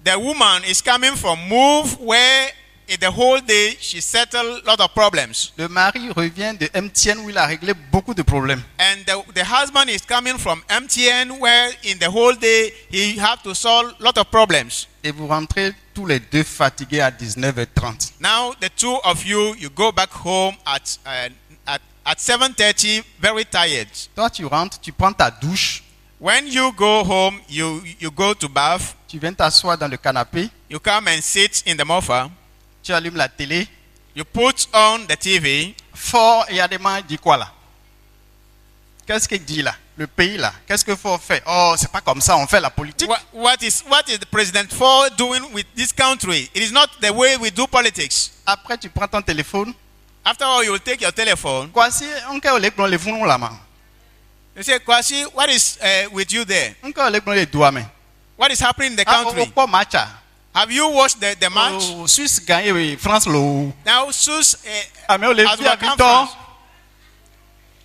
The woman is coming from Move where in the whole day she settled a lot of problems.
Le mari revient de MTN où il a réglé beaucoup de problèmes.
And the, the husband is coming from MTN, where in the whole day he have to solve lot of problems.
Et vous rentrez tous les deux fatigués à 19h30.
Now the two of you, you go back home at uh, at at 7:30, very tired.
Toi, tu rentres, tu prends ta douche,
When you go home, you you go to bath,
tu viens t'asseoir dans le canapé,
you come and sit in the mofa,
tu allumes la télé.
you put on the TV,
Fort et Adema dit quoi là Qu'est-ce qu'il dit là Le pays là Qu'est-ce qu'il faut faire Oh, c'est pas comme ça, on fait la politique.
What, what is what is the president for doing with this country? It is not the way we do politics.
Après, tu prends ton téléphone.
After all, you will take your telephone.
Quoi si on peut aller prendre les fourneaux là man.
You say, Kwasi, what is uh, with you there?
On peut aller prendre les doigts mais.
What is happening in the
Ah, au
country?
pas match. ah.
Have you watched the, the match?
Oh, Suisse gagne oui, France l'eau.
Now, Sus, eh,
Ah mais on les
as
vit à
well come
Victor.
France.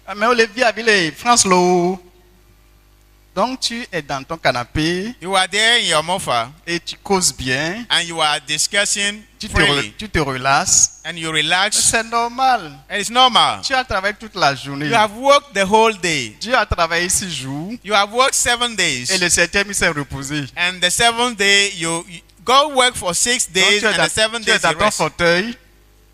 Ah, mais on les vit à Ville, France l'eau. Donc tu es dans ton canapé
you are there in your mofa
et tu causes bien,
and you are discussing
tu te,
freely,
re- tu te relaxes.
and you relax.
C'est normal.
And it's normal.
Tu as travaillé toute la journée.
You have worked the whole day.
Dieu a travaillé six jours
You have worked seven
et
days.
le septième il s'est reposé. Donc,
And the seventh day, you, you go work for six days,
tu es
and the
dans,
seventh
tu es
day
dans
you
ton
rest.
fauteuil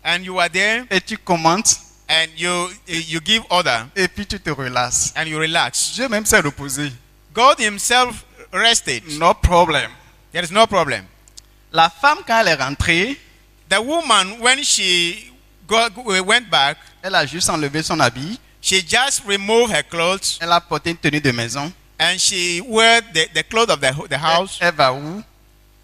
And you are there,
et tu commentes
and you you give order,
et puis tu te relaxes.
and you relax.
Dieu même s'est reposé.
God Himself rested.
No problem.
There is no problem.
La femme quand elle est rentrée,
The woman, when she go, went back,
elle a juste enlevé son habit,
She just removed her clothes
elle a porté une tenue de maison.
and she wear the, the clothes of the, ho- the
Elle,
house.
elle va où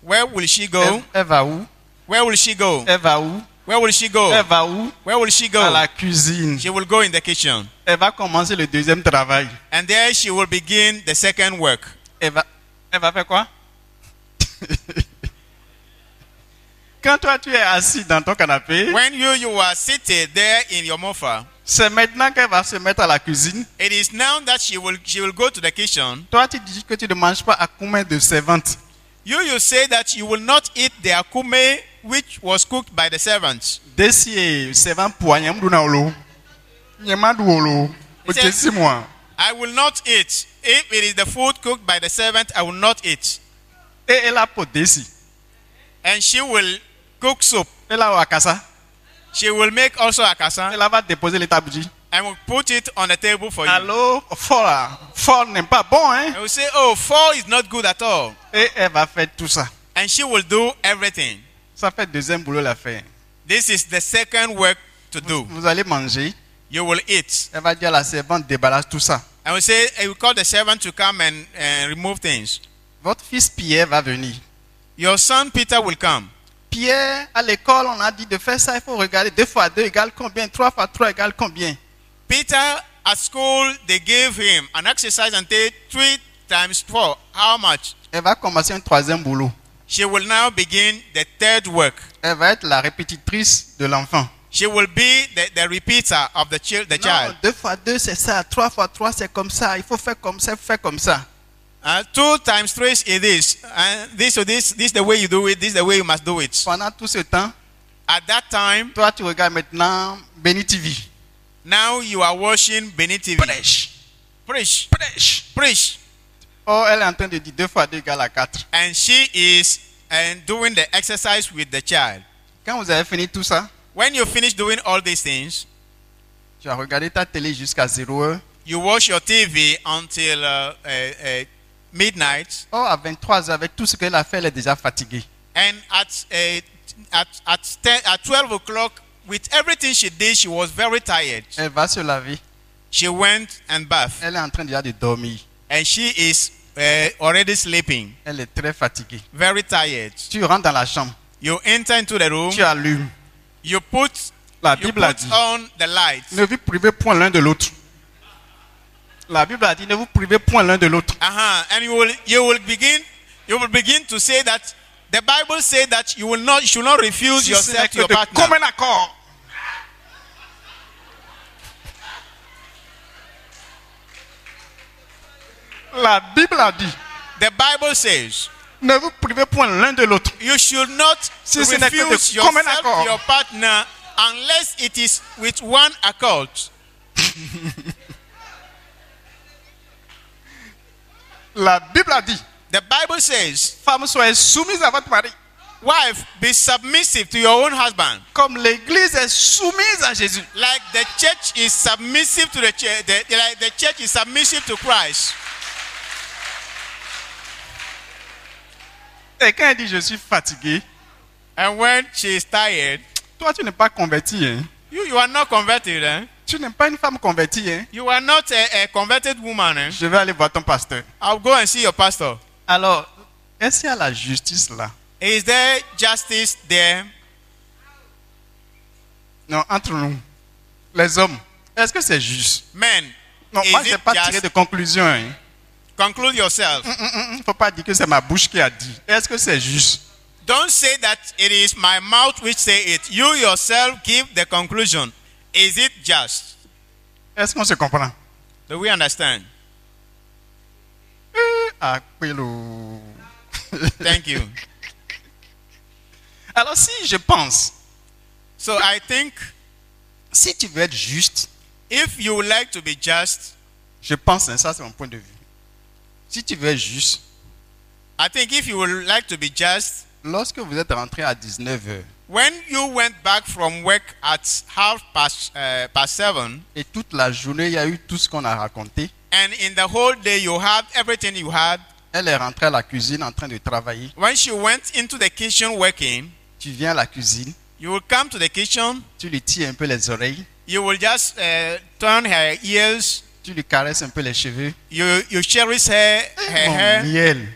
Where will she
elle,
go?
elle va où
Where will she go?
Elle va où
Where will she
Elle
go?
va où
Where will she
À
go?
la cuisine.
She will go in the kitchen.
Elle va commencer le deuxième travail.
And there she will begin the second work.
Elle va, elle va faire quoi (laughs) Quand toi tu es assis dans ton canapé,
When you, you are seated there in your mofa,
C'est maintenant qu'elle va se mettre à la cuisine.
it is now that she will, she will go to the kitchen.
Toi, tu dis que tu ne manges pas à combien de servantes
You, you say that you will not eat the akume which was cooked by the servants.
Desi servant pour Nyamdunaolo. Nyamaduolo.
C'est-
moi.
I will not eat. If it is the food cooked by the servant, I will not eat.
Et elle a pour Desi.
And she will cook soup.
Elle a Wakasa.
She will make also akasa
Elle va déposer les tables.
and will put it on the table for you.
Allô, fort là. Fort n'est pas bon, hein.
And will say, oh, four is not good at all.
Et elle va faire tout ça.
And she will do everything.
Ça fait deuxième boulot la faire.
This is the second work to do.
Vous allez manger.
You will eat.
Elle va dire à la servante, déballasse tout ça.
And will say, I will call the servant to come and, and remove things.
Votre fils Pierre va venir.
Your son Peter will come.
Pierre, à l'école, on a dit de faire ça, il faut regarder 2 fois 2 égale combien, 3 fois 3 égale combien.
Peter, at school, they gave him an exercise and said, three times four. How much?
Elle va commencer un troisième boulot.
She will now begin the third work.
Elle va être la répétitrice de l'enfant.
She will be the, the repeater of the, chil- the child.
2 fois 2 c'est ça, 3 fois 3 c'est comme ça, il faut faire comme ça, il faut faire comme ça.
Uh, two times three is this. And this or this, this is the way you do it, this is the way you must do it.
Pendant tout ce temps,
At that time,
toi tu regardes maintenant Benny TV.
now you are watching Beni TV.
Prêche,
Preach.
prêche.
Preach.
Oh, elle est en train de dire deux fois deux égale à quatre.
And she is and doing the exercise with the child.
Quand vous avez fini tout ça,
When you finish doing all these things,
tu as regardé ta télé jusqu'à 0 heure.
you watch your TV until uh, uh, uh, midnight,
Oh, à 23 heures, avec tout ce qu'elle a fait, elle est déjà fatiguée.
and at uh, at at, 10, at twelve o'clock, with everything she did, she was very tired.
Elle va se laver.
She went and bathed,
Elle est en train déjà de dormir.
and she is uh, already sleeping,
Elle est très fatiguée.
very tired.
Tu rentres dans la chambre,
You enter into the room,
tu allumes.
you put
La
you
Bible a dit
put on the light,
ne vous privez point l'un de l'autre. La Bible a dit ne vous privez point l'un de l'autre.
uh-huh, and you will you will begin you will begin to say that the Bible says that you will not you should not refuse
Si ce n'est
yourself
que
to your
de
partner.
commun accord. La Bible a dit
The Bible says
ne vous privez point l'un de l'autre.
you should not
Si ce n'est que de
refuse
commun
yourself
accord.
to your partner unless it is with one accord.
La Bible a dit
The Bible says,
femme soyez soumise à votre mari
wife, be submissive to your own husband,
comme l'église est soumise à Jésus.
like the church is submissive to the church, the, like the church is submissive to Christ.
Et quand elle dit je suis fatigué,
And when she is tired,
toi tu n'es pas converti. hein.
you, you are not converted. Eh?
Tu n'es pas une femme convertie. hein.
You are not a, a converted woman. Eh?
Je vais aller voir ton pasteur.
I'll go and see your pastor.
Alors, est-ce qu'il y a la justice là
Is there justice there?
Non, entre nous, les hommes, est-ce que c'est juste
Men,
Non,
is
moi, je n'ai
it
pas
just-
tiré de conclusion. Il
conclude yourself.
ne faut pas dire que c'est ma bouche qui a dit. Est-ce que c'est juste
Don't say that it is my mouth which say it. You yourself give the conclusion. Is it just?
Est-ce qu'on se comprend
Do we understand?
Euh, Ah, quello.
Thank you.
Alors, si je pense,
So I think
si tu veux être juste,
if you would like to be just,
je pense, hein, ça c'est mon point de vue. Si tu veux être juste,
I think if you would like to be just,
lorsque vous êtes rentré à 19h
when you went back from work at half past, uh, past seven,
et toute la journée, il y a eu tout ce qu'on a raconté,
and in the whole day you had everything you had,
elle est rentrée à la cuisine en train de travailler.
when she went into the kitchen working,
Tu viens à la cuisine,
you will come to the kitchen,
tu lui tires un peu les oreilles,
you will just uh, turn her ears,
tu lui caresses un peu les cheveux.
you, you cherish her, her
Mon
hair.
miel.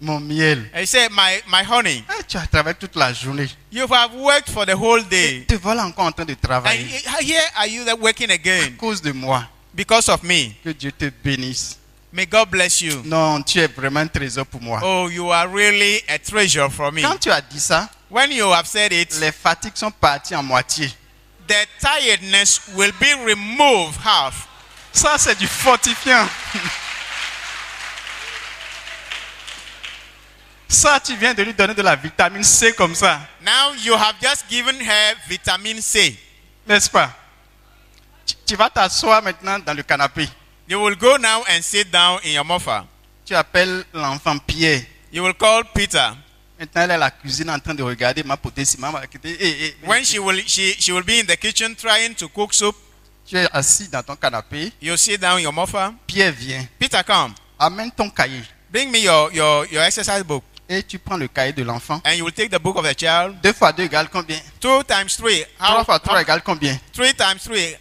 Mon miel.
I said, my, my honey,
Eh, tu as travaillé toute la journée.
you have worked for the whole day.
Te voilà encore en train de
And
travailler.
y- here are you that working
À
again
cause de moi.
because of me.
Que Dieu te bénisse.
May God bless you.
Non, tu es vraiment un trésor pour moi.
Oh, you are really a treasure for me.
Quand tu as dit ça,
When you have said it,
les fatigues sont parties en moitié.
the tiredness will be removed half.
Ça, c'est du fortifiant. Ça, tu viens de lui donner de la vitamine C comme ça,
Now you have just given her vitamin C.
n'est-ce pas? Tu, tu vas t'asseoir maintenant dans le canapé.
You will go now and sit down in your mofa.
Tu appelles l'enfant Pierre.
You will call Peter.
Maintenant, elle est à la cuisine en train de regarder ma potée ciment. ma potée- eh, eh, eh.
When she will she, she will be in the kitchen trying to cook soup,
Tu es assis dans ton canapé.
you sit down in your mofa.
Pierre vient.
Peter, come.
Amène ton cahier.
Bring me your, your, your exercise book.
Et tu prends le cahier de l'enfant.
And you will take the book of the child.
Deux fois deux égale combien
Two times three. How,
Trois fois trois
how-
égale combien
three times three.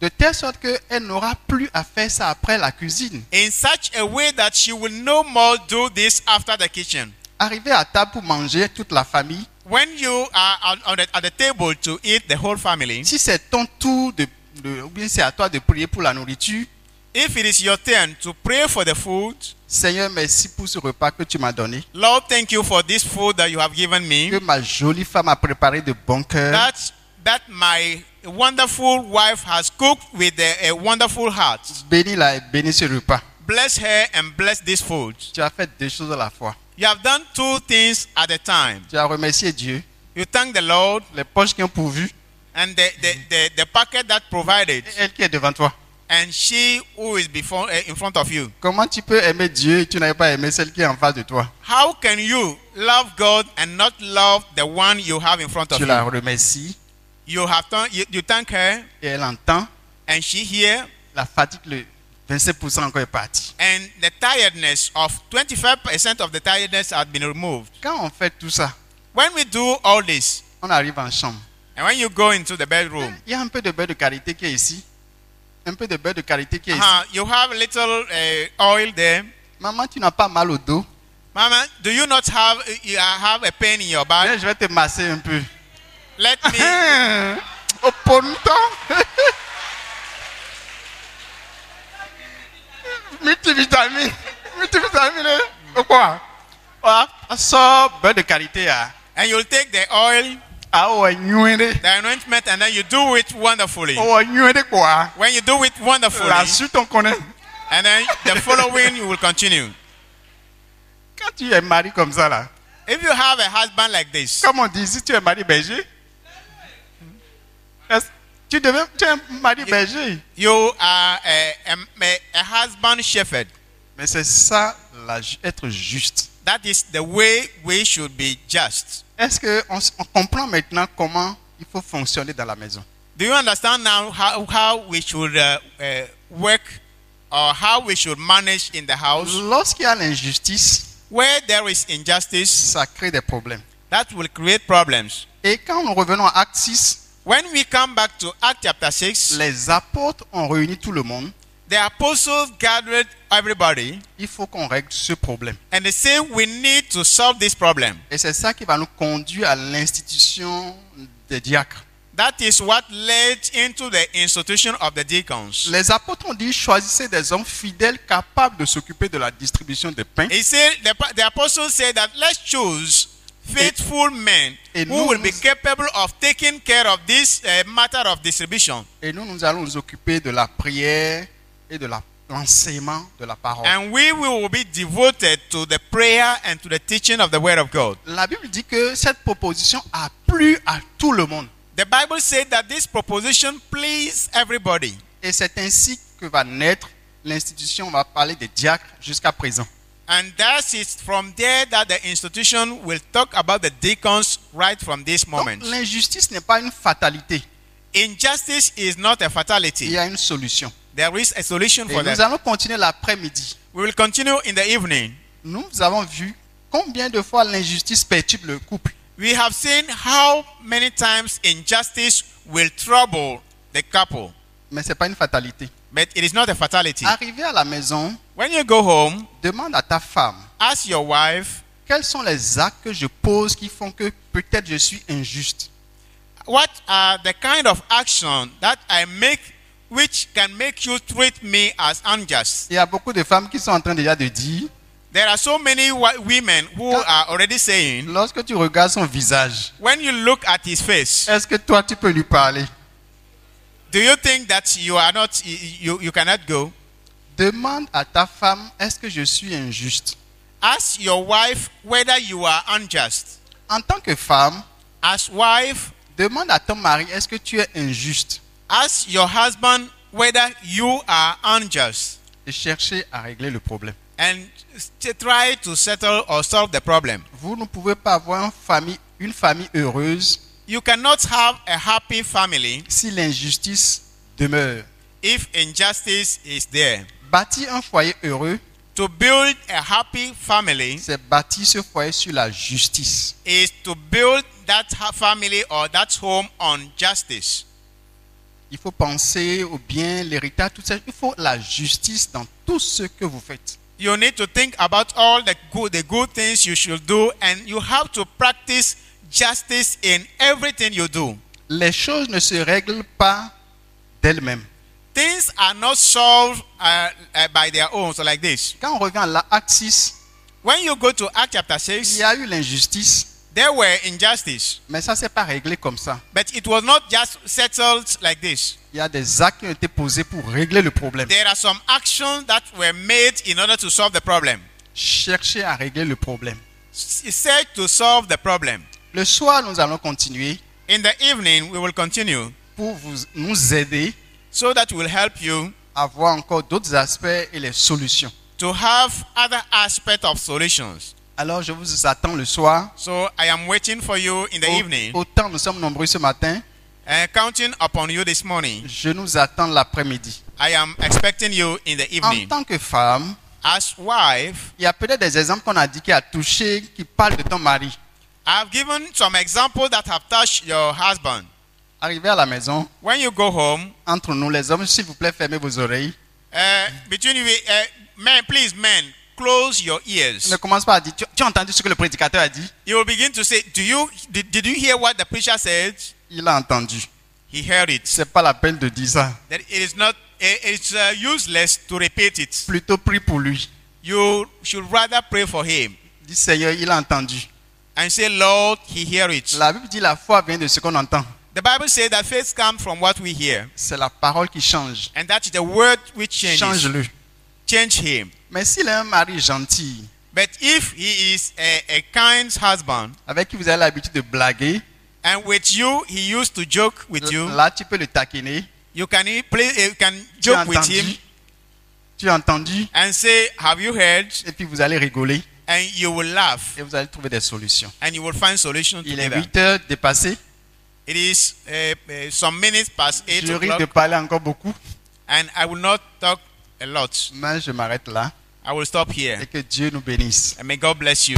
De telle sorte qu'elle n'aura plus à faire ça après la cuisine.
In such a way that she will no more do this after the kitchen.
Arriver à table pour manger toute la famille.
When you are on, on the, at the table to eat the whole family,
Si c'est ton tour de, de- ou bien c'est à toi de prier pour la nourriture.
if it is your turn to pray for the food,
Seigneur, merci pour ce repas que tu m'as donné.
Lord, thank you for this food that you have given
Que
me.
ma jolie femme a préparé de bon cœur.
That that my wonderful wife has cooked with a, a wonderful heart.
Bénis-la et bénis ce repas.
Bless her and bless this food.
Tu as fait deux choses à la fois.
You have done two things at a time.
Tu as remercié Dieu,
You thank the Lord
les poches qui ont pourvu
and the, the, the, the packet that provided,
et elle qui est devant toi.
and she who is before, eh, in front of you.
Comment tu peux aimer Dieu et tu n'avais pas aimé celle qui est en face de toi
How can you love God and not love the one you have in front of
Tu la
you?
remercies
You have done, you, you thank her,
et elle entend.
and she here,
La fatigue, le 27% encore est parti.
and the tiredness of 25% of the tiredness had been removed.
Quand on fait tout ça,
When we do all this,
on arrive en chambre.
and when you go into the bedroom,
Il y a un peu de beurre de qualité qui est ici. Un peu de beurre de qualité qui est ici.
uh you have a little uh, oil there.
Maman, tu n'as pas mal au dos.
Mama, do you not have uh, you have a pain in your
Viens,
back?
je vais te masser un peu.
Let me
(laughs) Hein, Au ponton. Multivitamine. Multivitamine. hein. Au quoi Voilà. On sort beurre de qualité. hein.
and you'll take the oil,
Ah ouais, nuire.
the anointment, and then you do it wonderfully.
Oh, nuire quoi
When you do it wonderfully,
La suite, on connaît.
and then the following (laughs) you will continue.
Quand tu es marié comme ça, là,
If you have a husband like this,
comme on dit, si tu es marié berger, est-ce- tu deviens tu es un mari berger.
you are a, a, a- a husband shepherd.
Mais c'est ça, la ju- être juste.
That is the way we should be just.
Est-ce qu'on on comprend maintenant comment il faut fonctionner dans la maison
Do you understand now how, how we should uh, uh, work or how we should manage in the house?
Lorsqu'il y a l'injustice,
Where there is injustice,
ça crée des problèmes.
that will create problems.
Et quand nous revenons à Acte 6,
When we come back to Act chapter 6,
les apôtres ont réuni tout le monde.
the apostles gathered everybody
Il faut qu'on règle ce problème.
and they say, We need to solve this problem.
Et c'est ça qui va nous conduire à l'institution des diacres.
That is what led into the institution of the deacons.
Les apôtres ont dit choisissez des hommes fidèles capables de s'occuper de la distribution des pains.
He said, the, the apostle said that let's choose faithful men
et
who will
nous-
be capable of taking care of this uh, matter of distribution.
Et nous, nous allons nous occuper de la prière et de la- l'enseignement de la parole.
And we will be devoted to the prayer and to the teaching of the word of God.
La Bible dit que cette proposition a plu à tout le monde.
The Bible said that this proposition pleased everybody.
Et c'est ainsi que va naître l'institution, on va parler des diacres jusqu'à présent.
And that is from there that the institution will talk about the deacons right from this
Donc
moment.
l'injustice n'est pas une fatalité,
Injustice is not a
il
fatality.
y a une solution.
There is a solution
Et
for
nous
that.
allons continuer l'après-midi.
We will continue in the evening.
Nous avons vu combien de fois l'injustice perturbe le couple.
We have seen how many times injustice will trouble the couple,
Mais ce n'est pas une fatalité.
but it is not a fatality.
Arrivé à la maison,
When you go home,
demande à ta femme
ask your wife,
quels sont les actes que je pose qui font que peut-être je suis injuste.
What are the kind of action that I make which can make you treat me as unjust?
Il y a beaucoup de femmes qui sont en train déjà de dire,
There are so many wa- women who are already saying,
lorsque tu regardes son visage,
when you look at his face,
est-ce que toi tu peux lui parler
do you think that you are not, you, you cannot go?
Demande à ta femme, est-ce que je suis injuste
Ask your wife whether you are unjust.
En tant que femme,
As wife,
demande à ton mari, est-ce que tu es injuste
ask your husband whether you are unjust
Et cherchez à régler le problème.
and st- try to settle or solve the problem.
Vous ne pouvez pas avoir une famille, une famille heureuse
You cannot have a happy family
si l'injustice demeure.
if injustice is there.
Bâtir un foyer heureux,
To build a happy family
c'est bâtir ce foyer sur la justice.
is to build that ha- family or that home on justice.
Il faut penser au bien, l'héritage, tout ça. Il faut la justice dans tout ce que vous faites.
You need to think about all the good, the good things you should do, and you have to practice justice in everything you do.
Les choses ne se règlent pas d'elles-mêmes.
Things are not solved uh, uh, by their own, so like this.
Quand on revient à l'acte 6,
When you go to Act chapter
il
6,
y a eu l'injustice,
There were injustice,
Mais ça, c'est pas réglé comme ça.
but it was not just settled like this.
Il y a des actes qui ont été posés pour régler le problème.
There are some actions that were made in order to solve the problem.
Chercher à régler le problème.
Seek to solve the problem.
Le soir, nous allons continuer
In the evening, we will continue
pour vous, nous aider
so that will help you
à voir encore d'autres aspects et les solutions.
to have other aspects of solutions.
Alors, je vous attends le soir.
So I am waiting for you in the
Au-
evening
Autant nous sommes nombreux ce matin,
and counting upon you this morning.
je nous attends l'après-midi.
I am expecting you in the
En
evening.
tant que femme,
As wife,
il y a peut-être des exemples qu'on a dit qui a touché, qui parlent de ton mari.
I've given some examples that have touched your husband.
Arrivé à la maison,
When you go home,
entre nous les hommes, s'il vous plaît, fermez vos oreilles.
uh, between you, uh, men, please, men, close your ears.
Ne commence pas à dire, tu, tu as entendu ce que le prédicateur a dit
You will begin to say, "Do you did, did you hear what the preacher said?
Il a entendu.
He heard it.
C'est pas la peine de dire ça.
That it is not. eh, It's uh, useless to repeat it.
Plutôt prie pour lui.
You should rather pray for him
Dis Seigneur, il a entendu.
and say, Lord, he hear it.
La Bible dit la foi vient de ce qu'on entend.
The Bible says that faith comes from what we hear,
C'est la parole qui change.
and that is the word which changes.
Change-le.
Change him.
Mais s'il a un mari gentil,
But if he is a, a kind husband,
avec qui vous avez l'habitude de blaguer,
and with you he used to joke with you,
là tu peux le taquiner.
you can e- play, you can
Tu as
joke with
entendu.
him
Tu as entendu.
and say, "Have you heard?"
Et puis vous allez rigoler
And you will laugh
et vous allez trouver des solutions.
and you will find solution
Il est
together.
8 heures dépassé.
It is uh, uh, some minutes past eight
Je risque
o'clock,
de parler encore beaucoup,
and I will not talk a lot.
mais je m'arrête là.
I will stop here,
Et que Dieu nous bénisse.
and may God bless you.